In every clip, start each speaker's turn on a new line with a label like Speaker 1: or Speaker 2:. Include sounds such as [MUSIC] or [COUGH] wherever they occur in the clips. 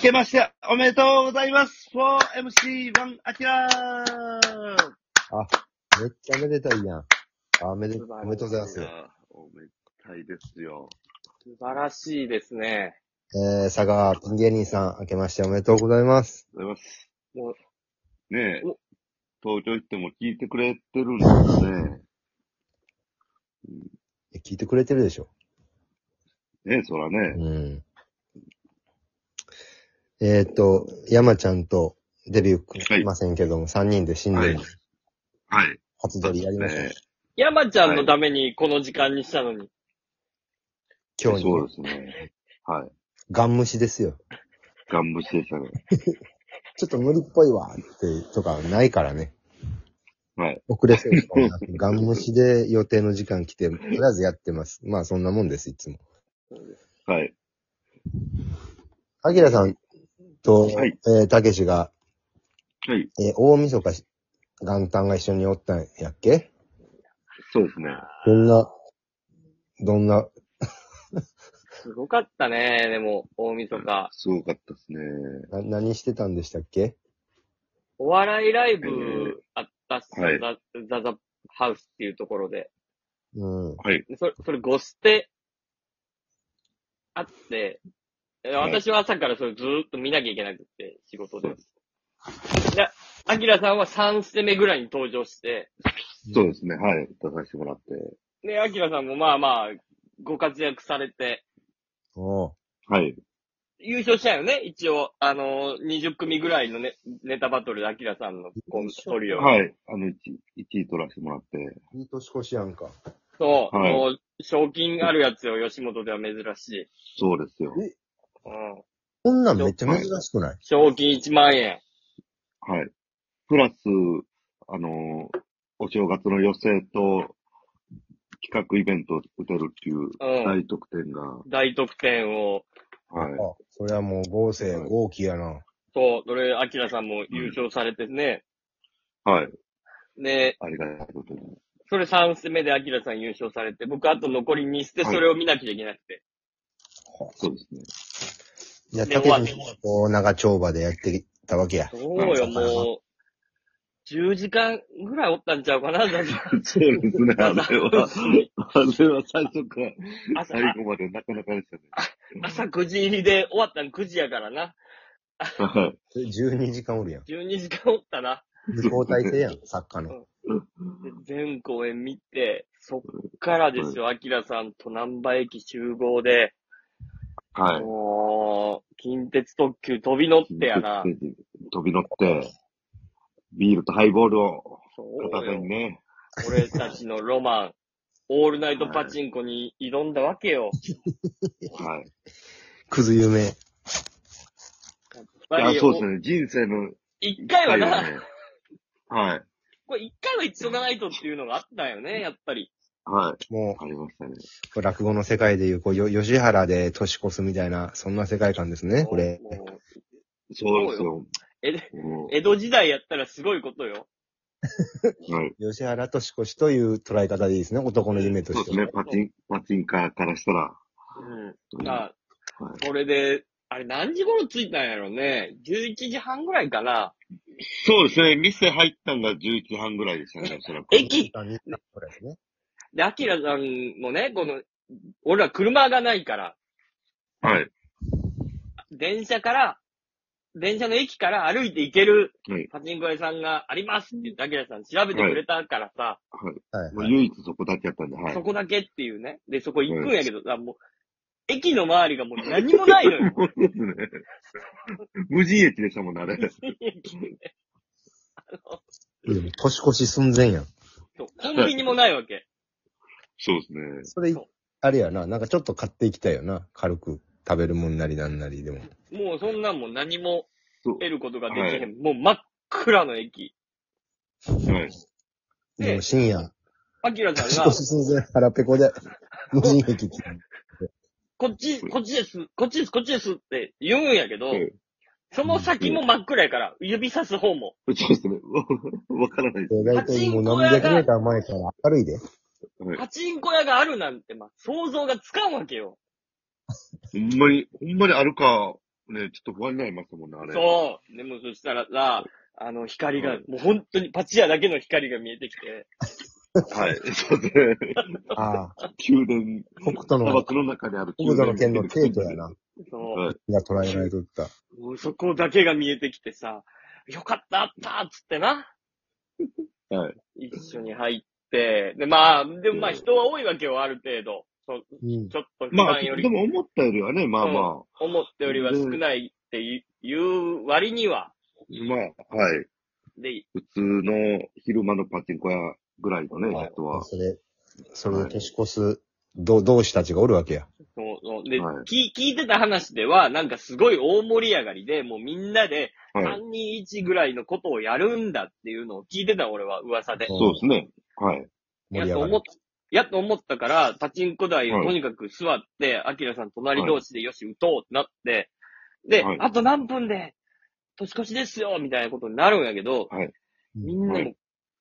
Speaker 1: けましておめでとうございます !4MC1 アキラー
Speaker 2: めっちゃめでたいやん。あ、めで、
Speaker 3: 素晴らしい
Speaker 2: おめでとうございま
Speaker 1: い
Speaker 2: す
Speaker 1: や。ーおめでたいですよ。
Speaker 3: 素晴らしいですね。
Speaker 2: えー、佐賀ピン芸人さん、明けましておめでとうございます。
Speaker 1: ありがとうございます。
Speaker 3: もう
Speaker 1: ねえ
Speaker 3: お、
Speaker 1: 東京行っても聞いてくれてるんですね。
Speaker 2: え聞いてくれてるでしょ
Speaker 1: ねえ、そらね。
Speaker 2: うん。えーっと、山ちゃんとデビュ
Speaker 1: は
Speaker 2: ー
Speaker 1: い
Speaker 2: いませんけども、3人で新
Speaker 1: は
Speaker 2: 年
Speaker 1: い。はい。
Speaker 2: 初撮りやりましたね。
Speaker 1: ね
Speaker 3: 山ちゃんのためにこの時間にしたのに。
Speaker 2: 今日
Speaker 1: そう
Speaker 2: に、
Speaker 1: ですね。はい。
Speaker 2: ガン虫ですよ。
Speaker 1: ガン無視でしたね。
Speaker 2: ちょっと無理っぽいわ、って、とかないからね。
Speaker 1: はい。
Speaker 2: 遅れそうですからなく。 [LAUGHS] ガン虫で予定の時間来て、とりあえずやってます。まあそんなもんです、いつも。
Speaker 1: はい。
Speaker 2: アキラさんと、
Speaker 1: はい
Speaker 2: えーたけしが、
Speaker 1: はい。
Speaker 2: えー大晦日し、元旦が一緒におったんやっけ
Speaker 1: そうですね。
Speaker 2: どんな、どんな、
Speaker 3: すごかったね。でも、大晦日。
Speaker 1: すごかったですね。
Speaker 2: な何してたんでしたっけ
Speaker 3: お笑いライ
Speaker 1: えー
Speaker 3: ブあったっす
Speaker 1: は
Speaker 3: よ
Speaker 1: い
Speaker 3: ザザザハウスっていうところで。
Speaker 2: うん。
Speaker 1: はい。
Speaker 3: でそれ、それゴステあって、え
Speaker 1: はい
Speaker 3: 私は朝からそれずーっと見なきゃいけなくて、仕
Speaker 1: そ
Speaker 3: 事で
Speaker 1: う。
Speaker 3: で、アキラさんは3ステ目ぐらいに登場して、
Speaker 1: そうですね。はい。出させてもらって。
Speaker 3: で、アキラさんもまあまあ、ご活躍されて、
Speaker 2: おう
Speaker 1: はい。
Speaker 3: 優勝したよね一応、あのー、20組ぐらいのネネタバトルで、アキラさんのコントリオ。
Speaker 1: はい。あの、1位、1位取らせてもらって。
Speaker 2: いい年越しやんか。
Speaker 3: そう、
Speaker 1: はい
Speaker 3: もう、賞金あるやつよ、吉本では珍しい。
Speaker 1: そうですよ。
Speaker 3: うん。
Speaker 2: こんなんめっちゃ珍しくない
Speaker 3: 賞金1万円。
Speaker 1: はい。プラス、あのーお正月の寄席と、企画イベントを打てるっていう
Speaker 3: う
Speaker 1: 大
Speaker 3: ん。
Speaker 1: 特典が、
Speaker 3: 大得点を、
Speaker 1: はい。
Speaker 2: あ、それはもう豪勢、豪気やな。
Speaker 3: そう、それ、アキラさんも優勝されてね。
Speaker 1: はい。
Speaker 3: で、
Speaker 1: ありがたいことに。
Speaker 3: それ3ステ目でアキラさん優勝されて、僕あと残り2ステ
Speaker 1: はい
Speaker 3: それを見なきゃいけなくて。
Speaker 1: そうですね。
Speaker 2: いや、
Speaker 3: で
Speaker 2: たけ
Speaker 3: 終わっ
Speaker 2: しと長丁場でやってきたわけや。
Speaker 3: そうよ、もう、10時間ぐらいおったんちゃうかな、だっ
Speaker 1: [LAUGHS]
Speaker 3: て
Speaker 1: [LAUGHS] そうですね。あれは、あれは最初から
Speaker 3: 朝
Speaker 1: 最後までなかなかでしたね。
Speaker 3: 朝9時入りで終わったの9時やからな。
Speaker 1: はい。
Speaker 2: 12時間おるやん。
Speaker 3: 12時間おったな。
Speaker 2: 交代制やん、作家の。
Speaker 3: で全公演見て、そっからですよ、アキラさんと南波駅集合で、
Speaker 1: はい。
Speaker 3: もう、近鉄特急飛び乗ってやな。
Speaker 1: 飛び乗って、ビールとハイボールを
Speaker 3: そう
Speaker 1: 片手に
Speaker 3: よ。
Speaker 1: ね。
Speaker 3: 俺たちのロマン、オールナイトパチンコに挑んだわけよ。
Speaker 1: はい。
Speaker 2: クズ有名。
Speaker 1: あ
Speaker 3: やっぱり
Speaker 1: そうですね。人生の
Speaker 3: 一回は
Speaker 1: は
Speaker 3: な、
Speaker 1: ね。はい。
Speaker 3: これ一回は言っとかないとっていうのがあったよね、やっぱり。
Speaker 1: はい。
Speaker 2: も
Speaker 1: ありましたね。
Speaker 2: う、落語の世界でいう、こう、よ吉原で年越すみたいな、そんな世界観ですね、これ。
Speaker 3: もう
Speaker 1: そうですよ。
Speaker 3: え
Speaker 1: うん
Speaker 3: 江戸時代やったらすごいことよ。
Speaker 1: はい。
Speaker 2: 吉原年越しという捉え方でいいですね、男の夢と
Speaker 1: そう
Speaker 2: し
Speaker 1: です
Speaker 2: て
Speaker 1: ね。パチン、パチンカーからしたら。
Speaker 3: うん。
Speaker 1: うんは
Speaker 3: あ、それで、あれ何時頃着いたんやろね。11時半ぐらいかな。
Speaker 1: いそうですね。店入ったのが11時半ぐらいでしたね、おそらく。
Speaker 3: 駅
Speaker 2: あ日韓これですね。
Speaker 3: で、アキラさんもね、この、俺ら車がないから、
Speaker 1: はい。
Speaker 3: 電車から、電車の駅から歩いて行ける
Speaker 1: はい
Speaker 3: パチンコ屋さんがありますって言って、アキラさん調べてくれたからさ、
Speaker 1: はい。
Speaker 2: はい
Speaker 1: も
Speaker 2: は
Speaker 1: う
Speaker 2: い。
Speaker 1: 唯一そこだけやったんで、はい
Speaker 3: そ。こだけっていうね。で、そこ行くんやけどさ、もう、駅の周りがもう何もないのよ。
Speaker 1: そうですね。無人駅でしたもんね、あれ。
Speaker 2: でも年越し寸前やん。
Speaker 3: そうコンビニもないわけ。
Speaker 1: そうですね。
Speaker 2: それ
Speaker 3: そう、
Speaker 2: あれやな、なんかちょっと買っていきたいよな、軽く。食べるもんなりなんなりでも。
Speaker 3: もうそんなんも何も
Speaker 1: そう
Speaker 3: 得ることができへん。もう真っ暗の駅。
Speaker 1: はい。
Speaker 3: で
Speaker 2: でも深夜、
Speaker 3: アキラさん
Speaker 2: 年
Speaker 3: が
Speaker 2: 越、し寸前腹ペコで、無人駅来た。
Speaker 3: こっち、こっちです、こっちです、こっちですって言うんやけど、
Speaker 1: はい
Speaker 3: その先も真っ暗やから、指さす方も。
Speaker 1: そうですね。 [LAUGHS] わわからないです。
Speaker 2: 大体もう何百メーター前から明るいで。
Speaker 1: はい
Speaker 3: パチンコ屋があるなんて、まあ、想像がつかんわけよ。
Speaker 1: ほんまに、ほんまにあるか、ね、ちょっと不安になりますもんね、あれ。
Speaker 3: そう。でもそしたらさ、あの光が、もう本当にパチ屋だけの光が見えてきて、
Speaker 1: はい。そうですね。
Speaker 2: ああ、
Speaker 1: 宮殿、
Speaker 2: 北斗
Speaker 1: 砂
Speaker 2: の、
Speaker 1: 漠の中にある
Speaker 2: 北斗の剣の帝都やな。
Speaker 3: そ
Speaker 1: はい。
Speaker 2: が捉えられとった。
Speaker 3: う。もうそこだけが見えてきてさ、よかった、あったっつってな。
Speaker 1: はい。
Speaker 3: 一緒に入って、で、まあ、でもまあ
Speaker 1: うん
Speaker 3: 人は多いわけよ、ある程度。そう
Speaker 2: うん。
Speaker 3: ちょっと普
Speaker 1: まあ、
Speaker 3: 段よ
Speaker 1: で
Speaker 3: り、
Speaker 1: も思ったよりはね、まあまあ、
Speaker 3: 思ったよりは少ないっていう割には、
Speaker 1: まあ、はい。
Speaker 3: で、
Speaker 1: 普通の昼間のパチンコ屋ぐらいのね、
Speaker 2: はい
Speaker 1: 人は。
Speaker 2: それ、それで年越す、同同志たちがおるわけや。
Speaker 3: そうそうで、
Speaker 1: はい
Speaker 3: 聞聞いてた話では、なんかすごい大盛り上がりで、もうみんなで
Speaker 1: はい。
Speaker 3: 321ぐらいのことをやるんだっていうのを聞いてた、俺は噂で。
Speaker 1: そうですね。はい。
Speaker 2: 盛
Speaker 3: や
Speaker 2: り
Speaker 3: と
Speaker 2: 上
Speaker 3: 思
Speaker 2: が
Speaker 3: っやと思ったから、パチンコ台
Speaker 1: は
Speaker 3: を
Speaker 1: い
Speaker 3: とにかく座って、アキラさん隣同士でよし、打とうってなって、で、
Speaker 1: はい
Speaker 3: あと何分で、年越しですよみたいなことになるんやけど、
Speaker 1: はい
Speaker 3: みんな
Speaker 1: は
Speaker 3: も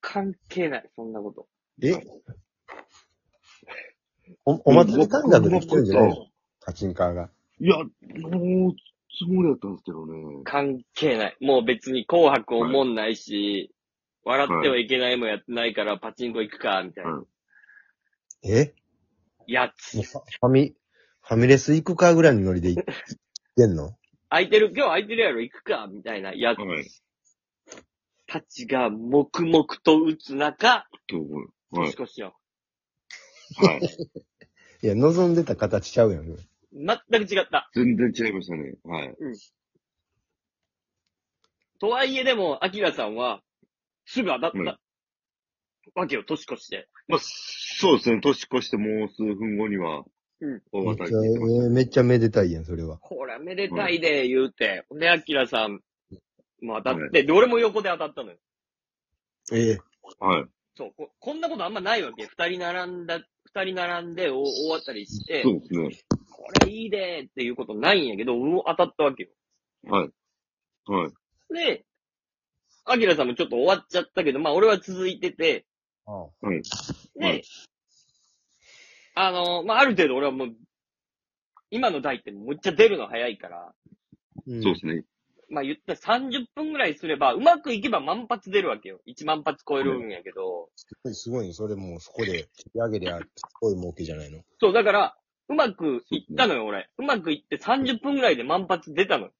Speaker 3: 関係ない、そんなこと。
Speaker 2: る。えお、お祭り感覚で来てるんじゃない
Speaker 1: 僕
Speaker 2: のパチンカーが。
Speaker 1: いや、もう、つもりだったんですけどね。
Speaker 3: 関係ない。もう別に紅白思んないし、笑ってはいけないもやってないからパチンコ行くか、みたいな
Speaker 1: は
Speaker 2: え
Speaker 3: や
Speaker 2: も
Speaker 3: つ
Speaker 2: う。ファファミ、ファミレス行くかぐらいのノリで行ってんの
Speaker 3: 空いてる、今日空いてるやろ行くか、みたいなやつ
Speaker 1: はい。
Speaker 3: たちが黙々と打つ中、
Speaker 1: と思う。は
Speaker 3: 年
Speaker 1: い。
Speaker 3: 越しよ。
Speaker 1: はい。
Speaker 2: いや、望んでた形ちゃうやん。
Speaker 3: 全く違った。
Speaker 1: 全然違いましたね。はい。
Speaker 3: とはいえでも、アキラさんは、すぐ当たった、
Speaker 1: うん
Speaker 3: わけよ、年越しで。
Speaker 1: まあ、そうですね。年越してもう数分後には
Speaker 3: うん、
Speaker 1: 大
Speaker 2: めっ
Speaker 1: 当
Speaker 2: ち
Speaker 1: た
Speaker 2: ゃ、
Speaker 1: りしてまし
Speaker 2: えーめっちゃめでたいやん、それは。
Speaker 3: ほら、めでたいで、言うて。ほんで、アキラさんも当たって、で、俺も横で当たったのよ。
Speaker 2: ええ
Speaker 1: た。はい。
Speaker 3: そう、ここんなことあんまないわけ。二人並んだ、二人並んでお大当たりして、
Speaker 1: そうですね。
Speaker 3: これいいでーっていうことないんやけど、うお当たったわけよ。
Speaker 1: はい。はい。
Speaker 3: で、アキラさんもちょっと終わっちゃったけど、まあ俺は続いてて、
Speaker 2: あ
Speaker 1: はい。
Speaker 3: で、
Speaker 1: はい
Speaker 3: あのーまあある程度俺はもう、今の台ってむっちゃ出るの早いから、
Speaker 2: うん
Speaker 1: そうですね。
Speaker 3: まあ言ったら30分ぐらいすれば、うまくいけば万発出るわけよ。1万発超えるんやけど、
Speaker 2: すごい、すごいよ。それもうそこで、引き上げりゃ、すごい儲けじゃないの。
Speaker 3: そう、だから、うまくいったのよ、俺。うまくいって30分ぐらいで万発出たのよ。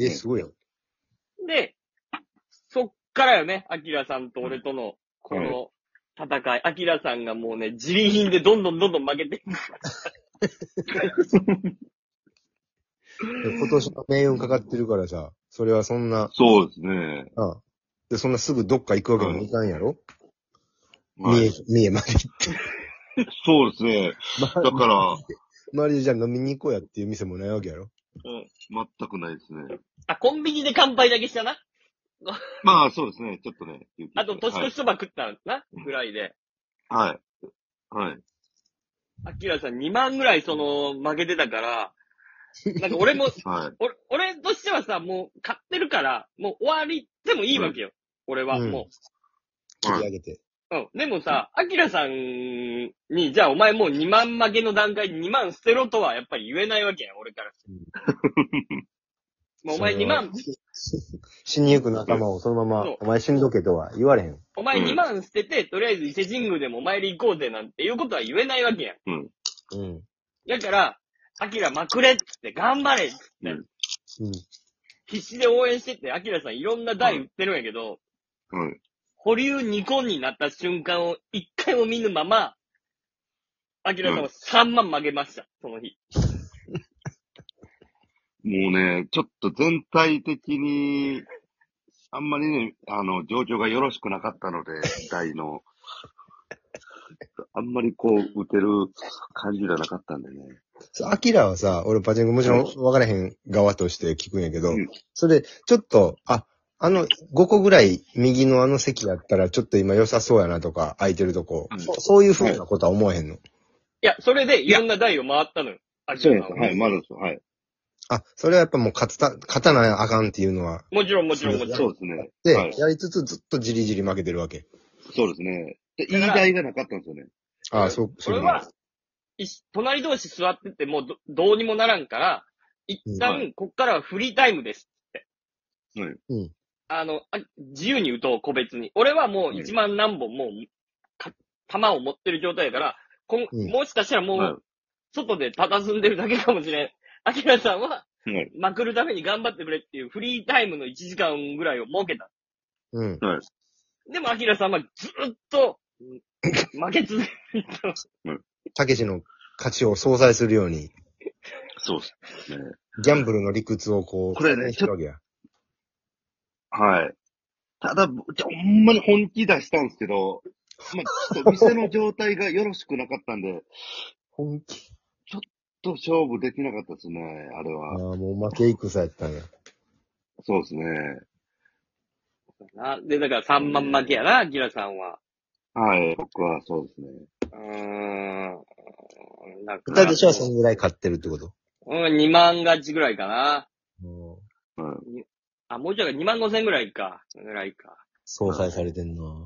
Speaker 2: え、すごいよ。
Speaker 3: で、そっからよね、アキラさんと俺との、この戦い。アキラさんがもうね、自利品でどんどんどんどん負けて、
Speaker 2: で今年の命運かかってるからさ、それはそんな、
Speaker 1: そうですね。
Speaker 2: ああで、そんなすぐどっか行くわけにもいかんやろ、
Speaker 1: は
Speaker 2: 三重
Speaker 1: い。、
Speaker 2: 三重まで行って。
Speaker 1: そうですね。
Speaker 2: ま
Speaker 1: だから、
Speaker 2: 周りでじゃあ飲みに行こうやっていう店もないわけやろ
Speaker 1: 全くないですね。
Speaker 3: あ、コンビニで乾杯だけしたな。
Speaker 1: まあ、そうですね。ちょっとね。
Speaker 3: あと、年越しそば食ったんな、ぐらいで。
Speaker 1: はい。はい。はい。
Speaker 3: アキラさん2万ぐらいその、負けてたから、なんか俺も、
Speaker 1: はい。
Speaker 3: 俺、俺としてはさ、もう買ってるから、もう終わりでもいいわけよ。俺は、
Speaker 2: うん
Speaker 3: もう。
Speaker 2: 切り上げて。
Speaker 3: うん。でもさ、アキラさんに、じゃあお前もう2万負けの段階で2万捨てろとはやっぱり言えないわけや、俺からして
Speaker 2: うん
Speaker 3: もうお前2万、
Speaker 2: [LAUGHS] 死にゆく仲間をそのま
Speaker 3: そう
Speaker 2: ま、お前死んどけとは言われへん。
Speaker 3: お前2万捨てて、とりあえず伊勢神宮でもお参り行こうぜなんていうことは言えないわけや。
Speaker 1: うん。
Speaker 2: うん。
Speaker 3: だから、アキラまくれっつって、頑張れっつって、
Speaker 1: うん
Speaker 2: うん。
Speaker 3: 必死で応援してって、アキラさんいろんな台売ってるんやけど、
Speaker 1: はい。
Speaker 3: 保留2個になった瞬間を一回も見ぬまま、アキラさんは3万負けました、その日。
Speaker 1: もうね、ちょっと全体的に、あんまりね、あの、状況がよろしくなかったので、 [LAUGHS] 大の。あんまりこう、打てる感じじゃなかったんでね。
Speaker 2: そうアキラはさ、俺パチンコもちろん
Speaker 1: う
Speaker 2: 分からへん側として聞くんやけど、
Speaker 1: うん
Speaker 2: それ、ちょっと、あ、あの、5個ぐらい右のあの席やったら、ちょっと今良さそうやなとか、空いてるとこ、
Speaker 1: うん
Speaker 2: そそういうふうなことは思わへんの。
Speaker 3: いや、それでいろんな台を回ったのよ。アキ
Speaker 1: そう
Speaker 3: ラ
Speaker 1: で
Speaker 3: さ
Speaker 1: す。
Speaker 3: んは
Speaker 1: はい、まだです。はい。
Speaker 2: あ、それはやっぱもう勝つた、勝たなあかんっていうのは、
Speaker 3: もちろん、もちろん、もちろん。
Speaker 1: そうですね。
Speaker 2: で、
Speaker 1: はい
Speaker 2: やりつつずっとじりじり負けてるわけ。
Speaker 1: そうですね。で、
Speaker 3: だ
Speaker 1: 言
Speaker 3: か
Speaker 1: い
Speaker 3: ら
Speaker 1: がいがなかったんですよね。
Speaker 2: ああ、そう、そ
Speaker 3: それ
Speaker 2: なん
Speaker 3: は、いし隣同士座っててもうどどうにもならんから、一
Speaker 1: は
Speaker 3: 旦、こっからはフリータイムです。
Speaker 1: はい。
Speaker 3: あの、あ自由に打とう、個別に。俺はもう
Speaker 1: はい
Speaker 3: 1万何本もう、か弾を持ってる状態だから、こん
Speaker 2: うん
Speaker 3: もしかしたらも
Speaker 1: は
Speaker 3: う、外で佇んでるだけかもしれん。アキラさんは、
Speaker 1: い。はい。
Speaker 3: まくるために頑張ってくれっていうフリータイムの1時間ぐらいを設けた。
Speaker 2: うん。
Speaker 1: はい。
Speaker 3: でも、アキラさんはずっと、うん負け続けた。
Speaker 2: たけしの価値を相殺するように、
Speaker 1: そうですね。
Speaker 2: ギャンブルの理屈をこう、
Speaker 1: これね
Speaker 2: してるわけや。
Speaker 1: はい。ただ、ぼちょほんまに本気出したんですけど、まあ、ちょっと店の状態がよろしくなかったんで、
Speaker 2: 本気。
Speaker 1: ちょっと勝負できなかったですね、あれ
Speaker 2: ああ、
Speaker 1: は。
Speaker 2: もう負け戦やったんや。
Speaker 1: そうですね。
Speaker 3: なで、だから3万負けやな、アキラさんは。
Speaker 1: はい。僕はそうですね。
Speaker 3: うーん。だ
Speaker 2: 二
Speaker 3: から
Speaker 2: 人でしょ、そのぐらい勝ってるってこと。
Speaker 3: うん、2万勝ちぐらいかな。
Speaker 2: うん
Speaker 1: うん。
Speaker 3: あ、もうちょいか、2万5千ぐらいか。ぐらいか。
Speaker 2: 相殺されてんな
Speaker 3: うん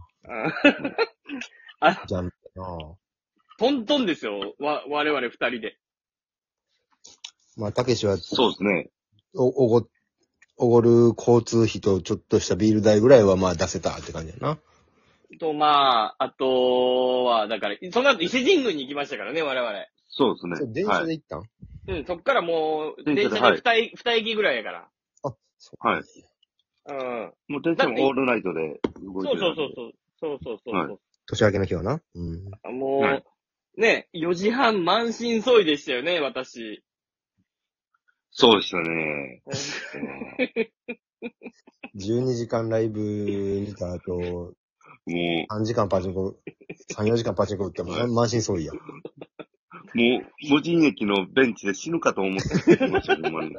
Speaker 2: ギャンブルな
Speaker 3: トントンですよ。わ、我々二人で。
Speaker 2: まあ、たけしは、
Speaker 1: そうですね。
Speaker 2: お、おご、おごる交通費とちょっとしたビール代ぐらいはまあ出せたって感じやな。
Speaker 3: と、まあ、あとは、だから、その後伊勢神宮に行きましたからね、我々。
Speaker 1: そうで
Speaker 2: そ
Speaker 1: す
Speaker 2: れ
Speaker 1: ね。
Speaker 2: 電
Speaker 1: は
Speaker 2: 車
Speaker 1: い。
Speaker 2: で行ったん、
Speaker 3: うん、そっからもう、
Speaker 1: 電
Speaker 3: 電
Speaker 1: 車
Speaker 3: 車
Speaker 1: で
Speaker 3: で
Speaker 1: はい
Speaker 3: 二、駅二駅ぐらいやから。
Speaker 2: あ、そ
Speaker 1: はい。
Speaker 3: うん。
Speaker 1: もう電車もオールナイトで動い
Speaker 3: そ
Speaker 1: て
Speaker 3: う
Speaker 1: る
Speaker 3: そうそうそう。そうそうそうそう。
Speaker 2: 年明けの日はな。うん。
Speaker 3: もう、
Speaker 1: はい
Speaker 3: ね、4時半満身創痍でしたよね、私。
Speaker 1: そうでしたね。うん
Speaker 2: 12時間ライブ見た後、
Speaker 1: も
Speaker 2: 3時間パチンコ、3、4時間パチンコ打っても満身創痍や。
Speaker 1: う、もう、無人駅のベンチで死ぬかと思ってました、ほんまに。